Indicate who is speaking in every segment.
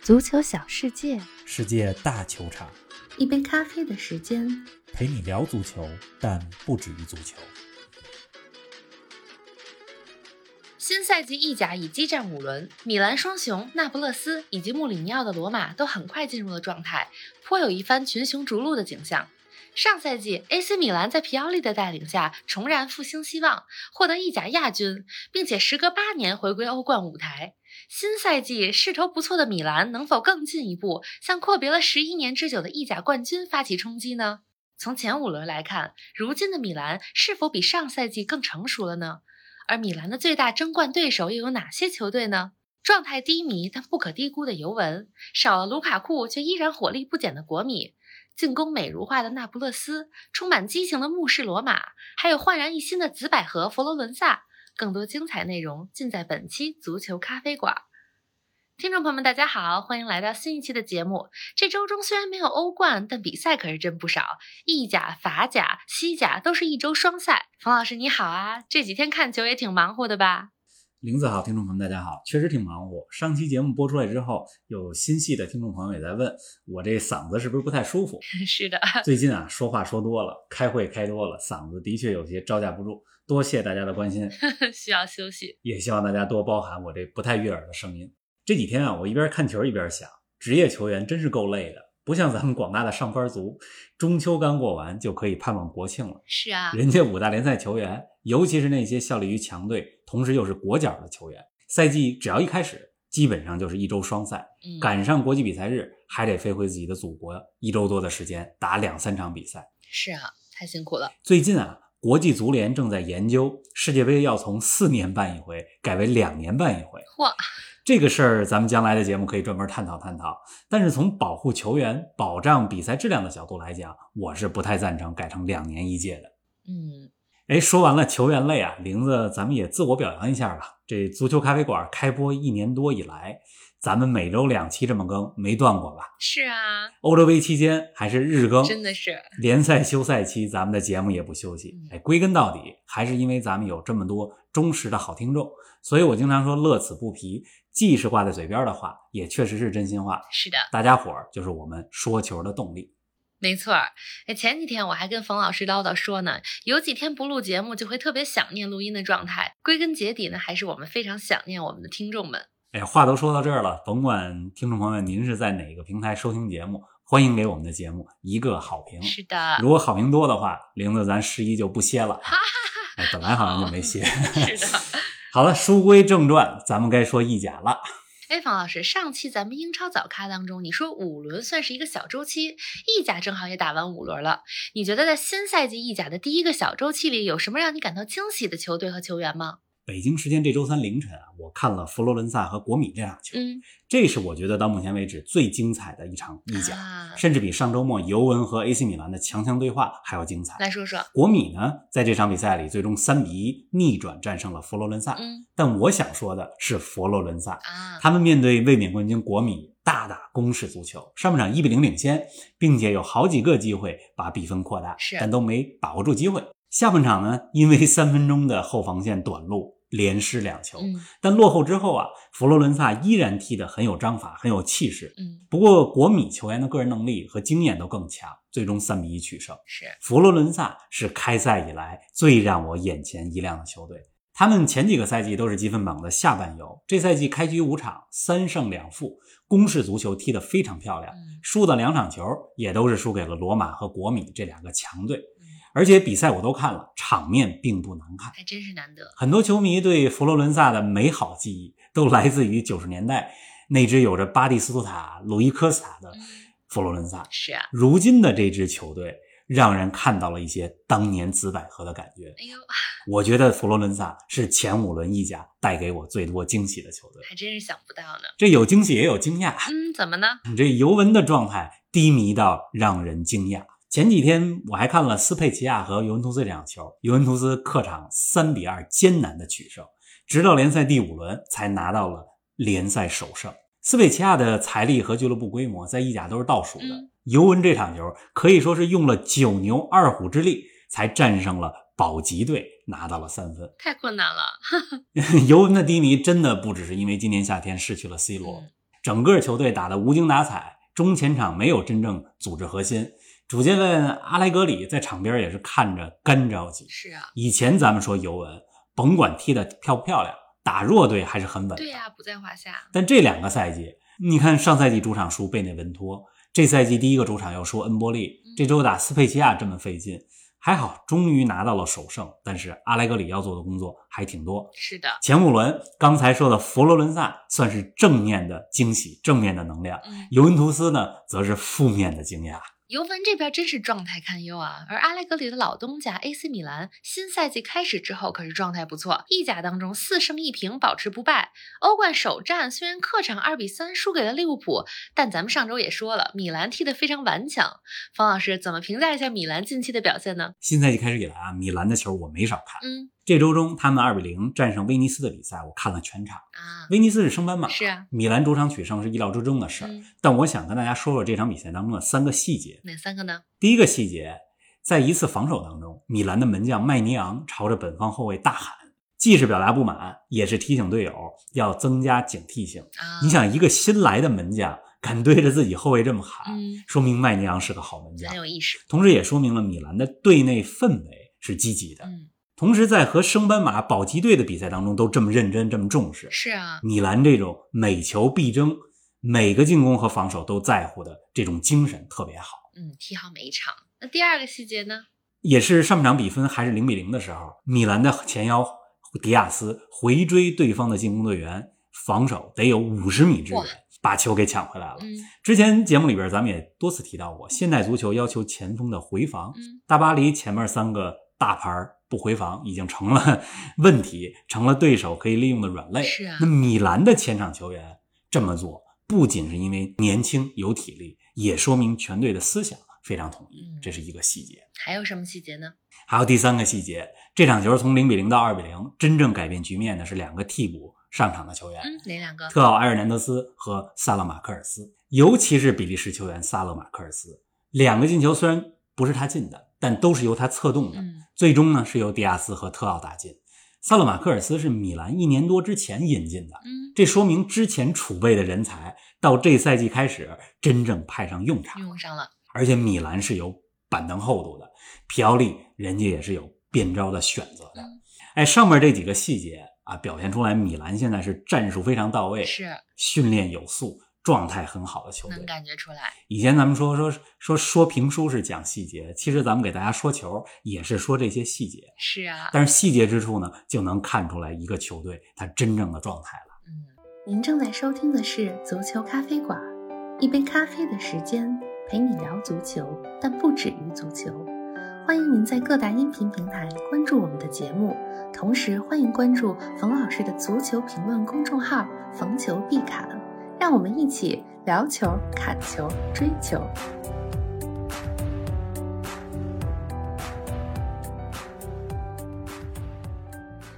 Speaker 1: 足球小世界，
Speaker 2: 世界大球场，
Speaker 1: 一杯咖啡的时间。
Speaker 2: 陪你聊足球，但不止于足球。
Speaker 1: 新赛季意甲已激战五轮，米兰双雄、那不勒斯以及穆里尼奥的罗马都很快进入了状态，颇有一番群雄逐鹿的景象。上赛季，AC 米兰在皮奥利的带领下重燃复兴希望，获得意甲亚军，并且时隔八年回归欧冠舞台。新赛季势头不错的米兰能否更进一步，向阔别了十一年之久的意甲冠军发起冲击呢？从前五轮来看，如今的米兰是否比上赛季更成熟了呢？而米兰的最大争冠对手又有哪些球队呢？状态低迷但不可低估的尤文，少了卢卡库却依然火力不减的国米，进攻美如画的那不勒斯，充满激情的穆氏罗马，还有焕然一新的紫百合佛罗伦萨。更多精彩内容尽在本期足球咖啡馆。听众朋友们，大家好，欢迎来到新一期的节目。这周中虽然没有欧冠，但比赛可是真不少，意甲、法甲、西甲都是一周双赛。冯老师你好啊，这几天看球也挺忙活的吧？
Speaker 2: 林子好，听众朋友们大家好，确实挺忙活。上期节目播出来之后，有新系的听众朋友也在问我这嗓子是不是不太舒服？
Speaker 1: 是的，
Speaker 2: 最近啊，说话说多了，开会开多了，嗓子的确有些招架不住。多谢大家的关心，
Speaker 1: 需要休息。
Speaker 2: 也希望大家多包涵我这不太悦耳的声音。这几天啊，我一边看球一边想，职业球员真是够累的，不像咱们广大的上班族，中秋刚过完就可以盼望国庆了。
Speaker 1: 是啊，
Speaker 2: 人家五大联赛球员，尤其是那些效力于强队，同时又是国脚的球员，赛季只要一开始，基本上就是一周双赛，
Speaker 1: 嗯
Speaker 2: 赶上国际比赛日还得飞回自己的祖国，一周多的时间打两三场比赛。
Speaker 1: 是啊，太辛苦了。
Speaker 2: 最近啊，国际足联正在研究世界杯要从四年办一回改为两年办一回。
Speaker 1: 嚯，
Speaker 2: 这个事儿咱们将来的节目可以专门探讨探讨。但是从保护球员、保障比赛质量的角度来讲，我是不太赞成改成两年一届的。
Speaker 1: 嗯，
Speaker 2: 哎，说完了球员类啊，玲子，咱们也自我表扬一下吧。这足球咖啡馆开播一年多以来，咱们每周两期这么更，没断过吧？
Speaker 1: 是啊，
Speaker 2: 欧洲杯期间还是日更，
Speaker 1: 真的是
Speaker 2: 联赛休赛期，咱们的节目也不休息
Speaker 1: 嗯。
Speaker 2: 哎，归根到底，还是因为咱们有这么多忠实的好听众，所以我经常说乐此不疲，既是挂在嘴边的话，也确实是真心话。
Speaker 1: 是的。
Speaker 2: 大家伙儿就是我们说球的动力。
Speaker 1: 没错儿，哎，前几天我还跟冯老师唠叨说呢，有几天不录节目就会特别想念录音的状态。归根结底呢，还是我们非常想念我们的听众们。
Speaker 2: 哎，话都说到这儿了，甭管听众朋友们您是在哪个平台收听节目，欢迎给我们的节目一个好评。
Speaker 1: 是的，
Speaker 2: 嗯 如果好评多的话，玲子咱十一就不歇了。哎，本来好像就没歇。
Speaker 1: 是的。
Speaker 2: 好了，书归正传，咱们该说意甲了。
Speaker 1: 哎，冯老师，上期咱们英超早咖当中，你说五轮算是一个小周期，意甲正好也打完五轮了。你觉得在新赛季意甲的第一个小周期里，有什么让你感到惊喜的球队和球员吗？
Speaker 2: 北京时间这周三凌晨啊，我看了佛罗伦萨和国米这场球，
Speaker 1: 嗯，
Speaker 2: 这是我觉得到目前为止最精彩的一场意甲，
Speaker 1: 啊，
Speaker 2: 甚至比上周末尤文和 AC 米兰的强强对话还要精彩。
Speaker 1: 来说说，
Speaker 2: 国米呢，在这场比赛里最终三比一逆转战胜了佛罗伦萨，
Speaker 1: 嗯
Speaker 2: 但我想说的是佛罗伦萨，
Speaker 1: 啊，
Speaker 2: 他们面对卫冕冠军国米大打攻势足球，上半场一比零领先，并且有好几个机会把比分扩大
Speaker 1: 是，
Speaker 2: 但都没把握住机会。下半场呢，因为三分钟的后防线短路，连失两球。
Speaker 1: 嗯
Speaker 2: 但落后之后啊，佛罗伦萨依然踢得很有章法，很有气势。
Speaker 1: 嗯，
Speaker 2: 不过国米球员的个人能力和经验都更强，最终三比一取胜。
Speaker 1: 是，
Speaker 2: 佛罗伦萨是开赛以来最让我眼前一亮的球队。他们前几个赛季都是积分榜的下半游，这赛季开局五场三胜两负，攻势足球踢得非常漂亮，
Speaker 1: 嗯
Speaker 2: 输的两场球也都是输给了罗马和国米这两个强队。而且比赛我都看了，场面并不难看。
Speaker 1: 还真是难得，
Speaker 2: 很多球迷对佛罗伦萨的美好记忆都来自于九十年代那支有着巴蒂斯图塔、鲁伊科斯塔的
Speaker 1: 嗯，
Speaker 2: 佛罗伦萨。
Speaker 1: 是啊，
Speaker 2: 如今的这支球队让人看到了一些当年紫百合的感觉。
Speaker 1: 哎呦，
Speaker 2: 我觉得佛罗伦萨是前五轮意甲带给我最多惊喜的球队。
Speaker 1: 还真是想不到呢。
Speaker 2: 这有惊喜也有惊讶，
Speaker 1: 嗯，怎么呢？
Speaker 2: 这尤文的状态低迷到让人惊讶。前几天我还看了斯佩齐亚和尤文图斯这场球，尤文图斯客场三比二艰难的取胜，直到联赛第五轮才拿到了联赛首胜。斯佩齐亚的财力和俱乐部规模在意甲都是倒数的
Speaker 1: 嗯，
Speaker 2: 尤文这场球可以说是用了九牛二虎之力才战胜了保级队，拿到了三分。
Speaker 1: 太困难了。
Speaker 2: 尤文的低迷真的不只是因为今年夏天失去了 C 罗
Speaker 1: 嗯，
Speaker 2: 整个球队打得无精打采，中前场没有真正组织核心。主教练阿莱格里在场边也是看着干着急。
Speaker 1: 是啊，
Speaker 2: 以前咱们说尤文，甭管踢得漂不漂亮，打弱队还是很稳。
Speaker 1: 对呀、不在话下。
Speaker 2: 但这两个赛季，你看上赛季主场输贝内文托，这赛季第一个主场要输恩波利
Speaker 1: 嗯，
Speaker 2: 这周打斯佩齐亚这么费劲，还好终于拿到了首胜。但是阿莱格里要做的工作还挺多。
Speaker 1: 是的，
Speaker 2: 前五轮刚才说的佛罗伦萨算是正面的惊喜，正面的能量；
Speaker 1: 嗯，
Speaker 2: 尤文图斯呢，则是负面的惊讶。
Speaker 1: 尤文这边真是状态堪忧啊，而阿莱格里的老东家 AC 米兰新赛季开始之后可是状态不错，意甲当中四胜一平保持不败。欧冠首战虽然客场二比三输给了利物浦，但咱们上周也说了，米兰踢得非常顽强。方老师怎么评价一下米兰近期的表现呢？
Speaker 2: 新赛季开始以来啊，米兰的球我没少看。
Speaker 1: 嗯
Speaker 2: 这周中他们二比零战胜威尼斯的比赛，我看了全场。
Speaker 1: 啊，
Speaker 2: 威尼斯是升班马，
Speaker 1: 是啊，
Speaker 2: 米兰主场取胜是意料之中的事儿。
Speaker 1: 嗯，
Speaker 2: 但我想跟大家说说这场比赛当中的三个细节。
Speaker 1: 哪三个呢？
Speaker 2: 第一个细节，在一次防守当中，米兰的门将麦尼昂朝着本方后卫大喊，既是表达不满，也是提醒队友要增加警惕性。
Speaker 1: 啊，
Speaker 2: 你，想，一个新来的门将敢对着自己后卫这么喊，
Speaker 1: 嗯，
Speaker 2: 说明麦尼昂是个好门将
Speaker 1: 很，有意识，
Speaker 2: 同时也说明了米兰的队内氛围是积极的。
Speaker 1: 嗯，
Speaker 2: 同时，在和升班马保级队的比赛当中，都这么认真，这么重视。
Speaker 1: 是啊，
Speaker 2: 米兰这种每球必争、每个进攻和防守都在乎的这种精神特别好。
Speaker 1: 嗯，踢好每一场。那第二个细节呢？
Speaker 2: 也是上半场比分还是零比零的时候，米兰的前腰迪亚斯回追对方的进攻队员，防守得有五十米之远
Speaker 1: 哇，
Speaker 2: 把球给抢回来了。
Speaker 1: 嗯
Speaker 2: 之前节目里边咱们也多次提到过，现代足球要求前锋的回防，
Speaker 1: 嗯，
Speaker 2: 大巴黎前面三个大牌儿不回防已经成了 问题，成了对手可以利用的软肋。
Speaker 1: 是啊
Speaker 2: 那米兰的前场球员这么做，不仅是因为年轻有体力，也说明全队的思想非常统一
Speaker 1: 嗯，
Speaker 2: 这是一个细节。
Speaker 1: 还有什么细节呢？
Speaker 2: 还有第三个细节，这场球从零比零到二比零，真正改变局面的是两个替补上场的球员。
Speaker 1: 嗯，哪两个？
Speaker 2: 特奥埃尔南德斯和萨勒马科尔斯，尤其是比利时球员萨勒马科尔斯，两个进球虽然不是他进的，但都是由他策动的。
Speaker 1: 嗯
Speaker 2: 最终呢，是由迪亚斯和特奥打进。萨勒马科尔斯是米兰一年多之前引进的，
Speaker 1: 嗯，
Speaker 2: 这说明之前储备的人才到这赛季开始真正派上用场。
Speaker 1: 用上了。
Speaker 2: 而且米兰是有板凳厚度的，皮奥利人家也是有变招的选择的
Speaker 1: 嗯。
Speaker 2: 哎，上面这几个细节啊，表现出来米兰现在是战术非常到位，
Speaker 1: 是
Speaker 2: 训练有素、状态很好的球队
Speaker 1: 能。感觉出来，
Speaker 2: 以前咱们说说说说评书是讲细节，其实咱们给大家说球也是说这些细节，
Speaker 1: 是啊，
Speaker 2: 但是细节之处呢，就能看出来一个球队它真正的状态了。
Speaker 1: 嗯。
Speaker 3: 您正在收听的是《足球咖啡馆》，一杯咖啡的时间陪你聊足球，但不止于足球。欢迎您在各大音频平台关注我们的节目，同时欢迎关注冯老师的足球评论公众号“冯球必侃”，让我们一起聊球、砍球、追球。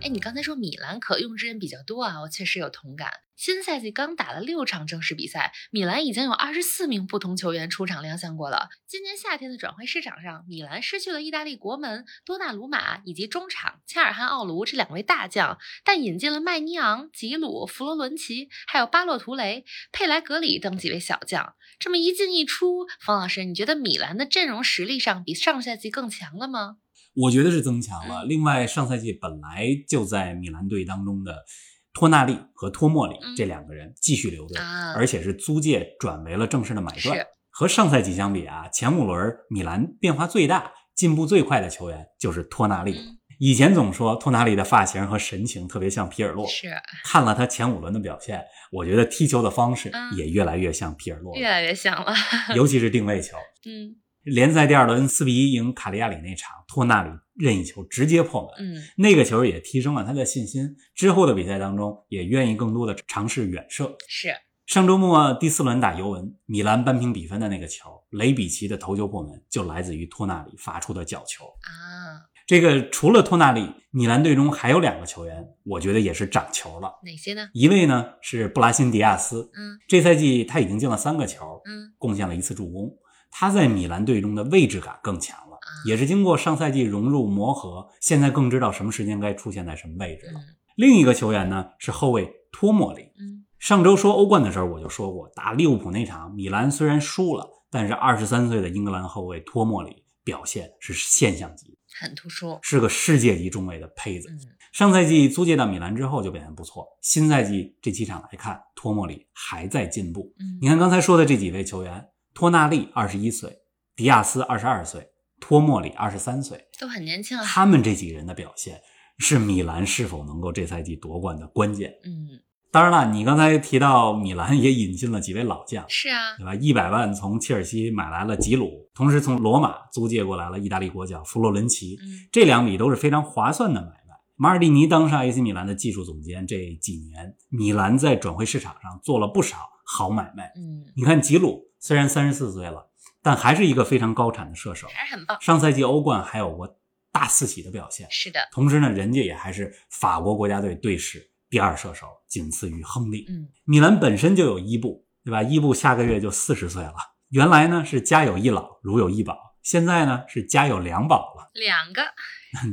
Speaker 1: 哎，你刚才说米兰可用之人比较多啊，我确实有同感。新赛季刚打了六场正式比赛，米兰已经有二十四名不同球员出场亮相过了。今年夏天的转会市场上，米兰失去了意大利国门多纳鲁马以及中场恰尔汗奥卢这两位大将，但引进了麦尼昂、吉鲁、弗罗伦齐，还有巴洛图雷、佩莱格里等几位小将。这么一进一出，方老师，你觉得米兰的阵容实力上比上赛季更强了吗？
Speaker 2: 我觉得是增强
Speaker 1: 嗯
Speaker 2: 了。另外，上赛季本来就在米兰队当中的托纳利和托莫里
Speaker 1: 嗯
Speaker 2: 这两个人继续留队，
Speaker 1: 啊，
Speaker 2: 而且是租借转为了正式的买断
Speaker 1: 是。
Speaker 2: 和上赛季相比啊，前五轮米兰变化最大、进步最快的球员就是托纳利。
Speaker 1: 嗯
Speaker 2: 以前总说托纳利的发型和神情特别像皮尔洛，
Speaker 1: 是
Speaker 2: 看了他前五轮的表现，我觉得踢球的方式
Speaker 1: 嗯
Speaker 2: 也越来越像皮尔洛了，
Speaker 1: 越来越像了，
Speaker 2: 尤其是定位球。
Speaker 1: 嗯。
Speaker 2: 联赛第二轮四比一赢卡利亚里那场，托纳里任意球直接破门，
Speaker 1: 嗯，
Speaker 2: 那个球也提升了他的信心。之后的比赛当中，也愿意更多的尝试远射。
Speaker 1: 是，
Speaker 2: 上周末第四轮打尤文，米兰扳平比分的那个球，雷比奇的头球破门就来自于托纳里发出的角球。
Speaker 1: 啊，
Speaker 2: 这个除了托纳里，米兰队中还有两个球员，我觉得也是长球了。
Speaker 1: 哪些呢？
Speaker 2: 一位呢是布拉辛迪亚斯，
Speaker 1: 嗯
Speaker 2: 这赛季他已经进了三个球，
Speaker 1: 嗯
Speaker 2: 贡献了一次助攻。他在米兰队中的位置感更强了，
Speaker 1: 啊
Speaker 2: 也是经过上赛季融入磨合，现在更知道什么时间该出现在什么位置了。
Speaker 1: 嗯
Speaker 2: 另一个球员呢是后卫托莫里，
Speaker 1: 嗯
Speaker 2: 上周说欧冠的时候，我就说过，打利物浦那场，米兰虽然输了，但是二十三岁的英格兰后卫托莫里表现是现象级，
Speaker 1: 很突出。
Speaker 2: 是个世界级中卫的胚子。
Speaker 1: 嗯，
Speaker 2: 上赛季租借到米兰之后就表现不错，新赛季这几场来看，托莫里还在进步。
Speaker 1: 嗯
Speaker 2: 你看刚才说的这几位球员，托纳利二十一岁，迪亚斯二十二岁，托莫里二十三岁，
Speaker 1: 都很年轻啊。
Speaker 2: 他们这几个人的表现是米兰是否能够这赛季夺冠的关键。
Speaker 1: 嗯，
Speaker 2: 当然了，你刚才提到米兰也引进了几位老将，
Speaker 1: 是啊，
Speaker 2: 对吧？一百万从切尔西买来了吉鲁，同时从罗马租借过来了意大利国脚弗洛伦齐，
Speaker 1: 嗯
Speaker 2: 这两笔都是非常划算的买卖。马尔蒂尼当上 AC 米兰的技术总监这几年，米兰在转会市场上做了不少好买卖。
Speaker 1: 嗯，
Speaker 2: 你看吉鲁虽然三十四岁了，但还是一个非常高产的射手。
Speaker 1: 还是很棒。
Speaker 2: 上赛季欧冠还有过大四喜的表现，
Speaker 1: 是的，
Speaker 2: 同时呢，人家也还是法国国家队队史第二射手，仅次于亨利。
Speaker 1: 嗯
Speaker 2: 米兰本身就有伊布，对吧？伊布下个月就四十岁了。原来呢是家有一老，如有一宝，现在呢是家有两宝了，
Speaker 1: 两个，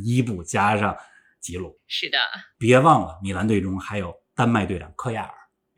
Speaker 2: 伊布加上吉鲁。
Speaker 1: 是的，
Speaker 2: 别忘了，米兰队中还有丹麦队长科亚尔，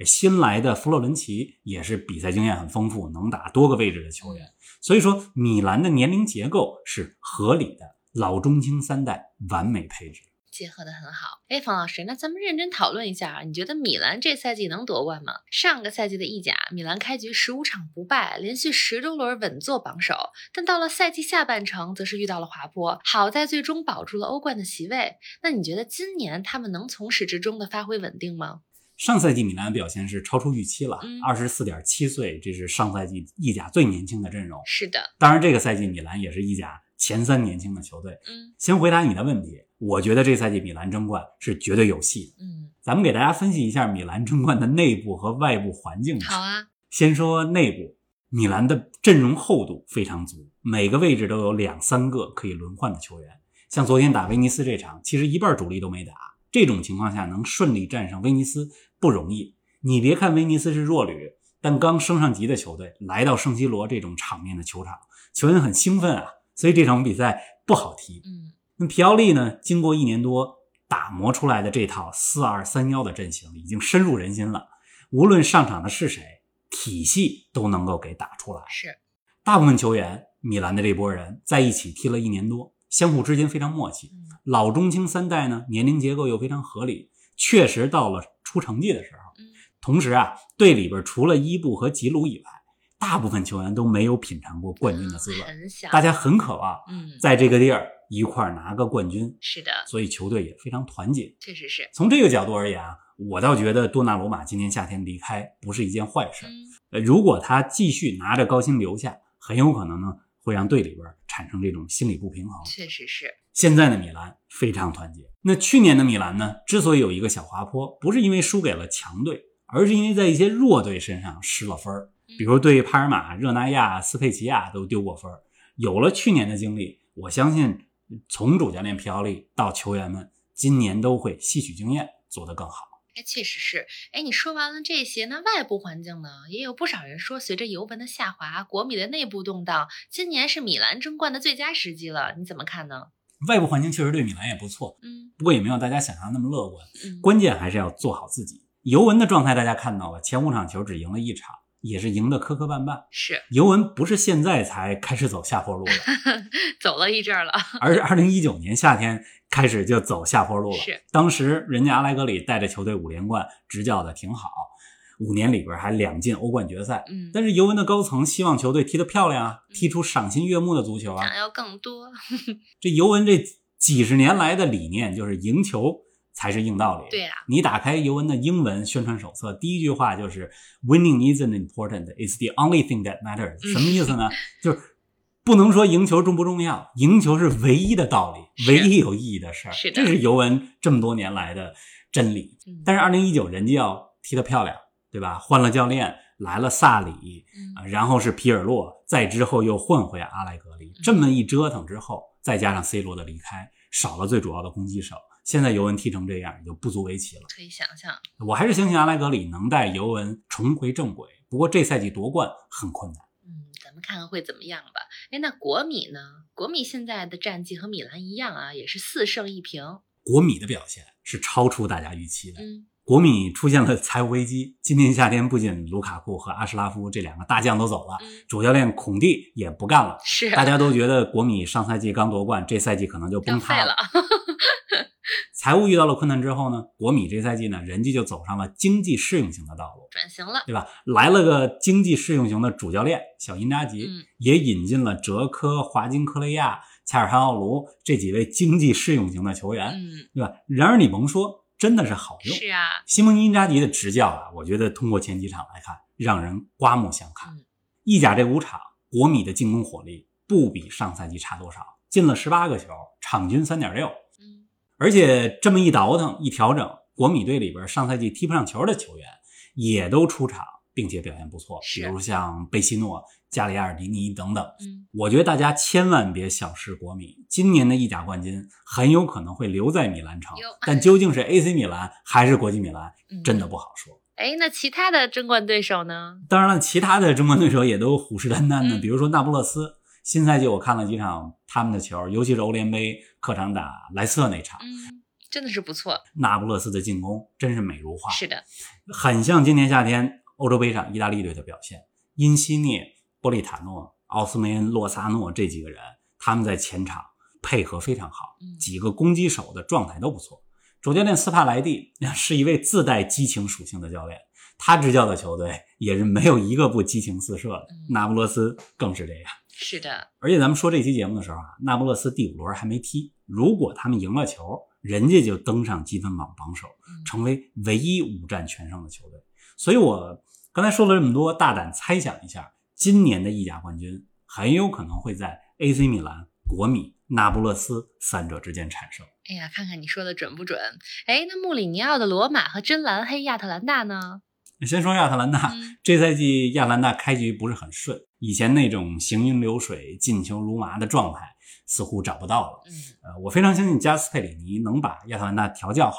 Speaker 2: 新来的弗洛伦齐也是比赛经验很丰富，能打多个位置的球员。所以说，米兰的年龄结构是合理的，老中青三代完美配置。
Speaker 1: 结合的很好。哎，冯老师，那咱们认真讨论一下啊，你觉得米兰这赛季能夺冠吗？上个赛季的意甲，米兰开局十五场不败，连续十周轮稳坐榜首，但到了赛季下半程，则是遇到了滑坡。好在最终保住了欧冠的席位。那你觉得今年他们能从始至终的发挥稳定吗？
Speaker 2: 上赛季米兰的表现是超出预期了
Speaker 1: 嗯，
Speaker 2: 二十四点七岁，这是上赛季意甲最年轻的阵容。
Speaker 1: 是的，
Speaker 2: 当然，这个赛季米兰也是意甲前三年轻的球队。
Speaker 1: 嗯
Speaker 2: 先回答你的问题，我觉得这赛季米兰争冠是绝对有戏的。
Speaker 1: 嗯，
Speaker 2: 咱们给大家分析一下米兰争冠的内部和外部环境。
Speaker 1: 好啊，
Speaker 2: 先说内部，米兰的阵容厚度非常足，每个位置都有两三个可以轮换的球员。像昨天打威尼斯这场，其实一半主力都没打，这种情况下能顺利战胜威尼斯不容易。你别看威尼斯是弱旅，但刚升上级的球队来到圣西罗这种场面的球场，球员很兴奋啊，所以这场比赛不好踢。
Speaker 1: 嗯
Speaker 2: 那皮奥利呢，经过一年多打磨出来的这套四二三幺的阵型，已经深入人心了。无论上场的是谁，体系都能够给打出来。
Speaker 1: 是，
Speaker 2: 大部分球员，米兰的这波人在一起踢了一年多，相互之间非常默契。
Speaker 1: 嗯
Speaker 2: 老中青三代呢，年龄结构又非常合理，确实到了出成绩的时候。
Speaker 1: 嗯
Speaker 2: 同时啊，队里边除了伊布和吉鲁以外，大部分球员都没有品尝过冠军的滋味
Speaker 1: 啊，很想
Speaker 2: 大家很渴望
Speaker 1: 嗯，
Speaker 2: 在这个地儿一块儿拿个冠军。
Speaker 1: 是的，
Speaker 2: 所以球队也非常团结。
Speaker 1: 确实是，
Speaker 2: 从这个角度而言啊，我倒觉得多纳鲁马今年夏天离开不是一件坏事。
Speaker 1: 嗯
Speaker 2: 呃，如果他继续拿着高薪留下，很有可能呢会让队里边产生这种心理不平衡。
Speaker 1: 确实是，
Speaker 2: 现在的米兰非常团结。那去年的米兰呢，之所以有一个小滑坡，不是因为输给了强队，而是因为在一些弱队身上失了分儿。
Speaker 1: 嗯
Speaker 2: 比如对帕尔马、热那亚、斯佩齐亚都丢过分儿。有了去年的经历，我相信从主教练皮奥利到球员们，今年都会吸取经验，做得更好。
Speaker 1: 哎，确实是。哎，你说完了这些，那外部环境呢？也有不少人说，随着尤文的下滑，国米的内部动荡，今年是米兰争冠的最佳时机了。你怎么看呢？
Speaker 2: 外部环境确实对米兰也不错，
Speaker 1: 嗯
Speaker 2: 不过也没有大家想象那么乐观。
Speaker 1: 嗯，
Speaker 2: 关键还是要做好自己。尤文的状态大家看到了，前五场球只赢了一场，也是赢得磕磕绊绊。
Speaker 1: 是
Speaker 2: 尤文不是现在才开始走下坡路的，
Speaker 1: 走了一阵儿了。
Speaker 2: 而是二零一九年夏天开始就走下坡路了。
Speaker 1: 是，
Speaker 2: 当时人家阿莱格里带着球队五连冠，执教的挺好，五年里边还两进欧冠决赛。
Speaker 1: 嗯，
Speaker 2: 但是尤文的高层希望球队踢得漂亮啊，踢出赏心悦目的足球啊
Speaker 1: 想。要更多，
Speaker 2: 这尤文这几十年来的理念就是赢球才是硬道理。
Speaker 1: 对啊，
Speaker 2: 你打开尤文的英文宣传手册，第一句话就是 “Winning isn't important, it's the only thing that matters”。
Speaker 1: 嗯
Speaker 2: 什么意思呢？ 就是不能说赢球重不重要，赢球是唯一的道理，
Speaker 1: 是
Speaker 2: 唯一有意义的事儿。
Speaker 1: 是的
Speaker 2: 这是尤文这么多年来的真理。
Speaker 1: 嗯
Speaker 2: 但是二零一九人家要踢得漂亮，对吧？换了教练，来了萨里，
Speaker 1: 嗯
Speaker 2: 啊，然后是皮尔洛，再之后又换回阿莱格
Speaker 1: 嗯
Speaker 2: 里，这么一折腾之后，再加上 C 罗的离开，少了最主要的攻击手，现在尤文踢成这样也就不足为奇了。
Speaker 1: 可以想象，
Speaker 2: 我还是相信阿莱格里能带尤文重回正轨，不过这赛季夺冠很困难。
Speaker 1: 嗯，咱们看看会怎么样吧。哎，那国米呢？国米现在的战绩和米兰一样啊，也是四胜一平。
Speaker 2: 国米的表现是超出大家预期的，
Speaker 1: 嗯
Speaker 2: 国米出现了财务危机。今年夏天，不仅卢卡库和阿什拉夫这两个大将都走了，
Speaker 1: 嗯
Speaker 2: 主教练孔蒂也不干了。
Speaker 1: 是
Speaker 2: 大家都觉得国米上赛季刚夺冠，这赛季可能就崩
Speaker 1: 浪费
Speaker 2: 塌
Speaker 1: 了。
Speaker 2: 财务遇到了困难之后呢，国米这赛季呢，人家就走上了经济适应型的道路，
Speaker 1: 转型了，
Speaker 2: 对吧？来了个经济适应型的主教练小因扎吉，
Speaker 1: 嗯
Speaker 2: 也引进了哲科、华金科雷亚、恰尔汗奥卢这几位经济适应型的球员，
Speaker 1: 嗯，
Speaker 2: 对吧？然而你甭说，真的是好用。
Speaker 1: 是啊，
Speaker 2: 西蒙尼因扎吉的执教啊，我觉得通过前几场来看，让人刮目相看
Speaker 1: 嗯。
Speaker 2: 意甲这五场，国米的进攻火力不比上赛季差多少，进了十八个球，场均三点六。
Speaker 1: 嗯，
Speaker 2: 而且这么一倒腾一调整，国米队里边上赛季踢不上球的球员也都出场，并且表现不错，
Speaker 1: 是
Speaker 2: 比如像贝西诺、加里亚尔迪尼等等。
Speaker 1: 嗯，
Speaker 2: 我觉得大家千万别小视国米，今年的意甲冠军很有可能会留在米兰城
Speaker 1: 哟，
Speaker 2: 但究竟是 AC 米兰还是国际米兰，
Speaker 1: 嗯
Speaker 2: 真的不好说。
Speaker 1: 哎，那其他的争冠对手呢？
Speaker 2: 当然了，其他的争冠对手也都虎视眈眈的，
Speaker 1: 嗯
Speaker 2: 比如说那不勒斯，新赛季我看了几场他们的球，尤其是欧联杯客场打莱斯特那场，
Speaker 1: 嗯，真的是不错，
Speaker 2: 那不勒斯的进攻真是美如画，
Speaker 1: 是的，
Speaker 2: 很像今年夏天欧洲杯上意大利队的表现。因西涅、波利塔诺、奥斯梅恩、洛萨诺这几个人，他们在前场配合非常好，
Speaker 1: 嗯
Speaker 2: 几个攻击手的状态都不错。主教练斯帕莱蒂 是一位自带激情属性的教练，他执教的球队也是没有一个不激情四射的
Speaker 1: 嗯，
Speaker 2: 那不勒斯更是这样。
Speaker 1: 是的，
Speaker 2: 而且咱们说这期节目的时候啊，那不勒斯第五轮还没踢，如果他们赢了球，人家就登上积分榜榜首，
Speaker 1: 嗯
Speaker 2: 成为唯一五战全胜的球队。所以我刚才说了这么多，大胆猜想一下，今年的意甲冠军很有可能会在 AC 米兰、国米、那不勒斯三者之间产生。
Speaker 1: 哎呀，看看你说的准不准？哎，那穆里尼奥的罗马和真蓝黑亚特兰大呢？
Speaker 2: 先说亚特兰大，
Speaker 1: 嗯，
Speaker 2: 这赛季亚特兰大开局不是很顺，以前那种行云流水、进球如麻的状态似乎找不到了。
Speaker 1: 嗯，
Speaker 2: 呃，我非常相信加斯佩里尼能把亚特兰大调教好，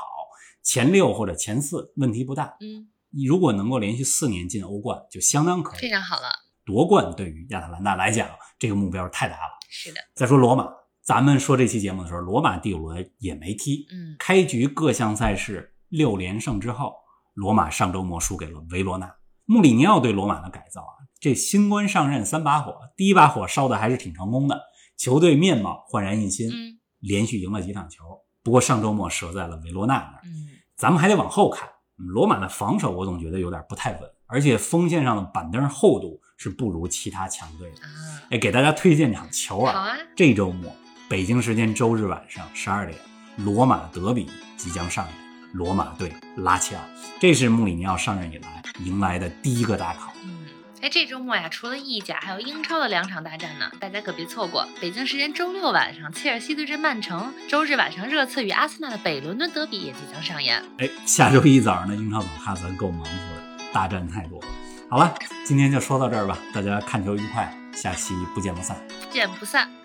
Speaker 2: 前六或者前四问题不大。
Speaker 1: 嗯，
Speaker 2: 如果能够连续四年进欧冠，就相当可
Speaker 1: 非
Speaker 2: 以。
Speaker 1: 常好了，
Speaker 2: 夺冠对于亚特兰大来讲，这个目标太大了。
Speaker 1: 是的，
Speaker 2: 再说罗马，咱们说这期节目的时候，罗马第五轮也没踢。
Speaker 1: 嗯，
Speaker 2: 开局各项赛事六连胜之后，罗马上周末输给了维罗纳。穆里尼奥对罗马的改造啊，这新官上任三把火，第一把火烧的还是挺成功的，球队面貌焕然一新。
Speaker 1: 嗯，
Speaker 2: 连续赢了几场球。不过上周末折在了维罗纳那儿。
Speaker 1: 嗯，
Speaker 2: 咱们还得往后看，嗯罗马的防守我总觉得有点不太稳，而且锋线上的板凳厚度是不如其他强队的。
Speaker 1: 啊，
Speaker 2: 哎，给大家推荐场球
Speaker 1: 好
Speaker 2: 啊，
Speaker 1: 啊，
Speaker 2: 这周末北京时间周日晚上十二点，罗马德比即将上演。罗马对拉齐奥，这是穆里尼奥上任以来迎来的第一个大考。
Speaker 1: 嗯，哎，这周末呀，除了意甲，还有英超的两场大战呢，大家可别错过。北京时间周六晚上，切尔西对阵曼城；周日晚上，热刺与阿森纳的北伦敦德比也即将上演。
Speaker 2: 哎，下周一早上的英超早咖咱够忙活的，大战太多了。好了，今天就说到这儿吧，大家看球愉快，下期不见不散。
Speaker 1: 不见不散。